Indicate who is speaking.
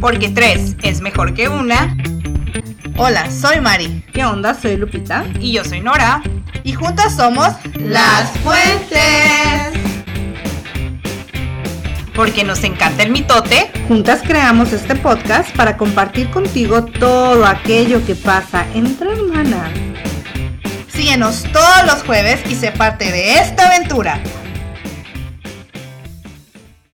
Speaker 1: Porque tres es mejor que una.
Speaker 2: Hola, soy Mari.
Speaker 3: ¿Qué onda? Soy Lupita.
Speaker 1: Y yo soy Nora.
Speaker 2: Y juntas somos
Speaker 4: Las Fuentes.
Speaker 1: Porque nos encanta el mitote.
Speaker 3: Juntas creamos este podcast para compartir contigo todo aquello que pasa entre hermanas.
Speaker 2: Síguenos todos los jueves y sé parte de esta aventura.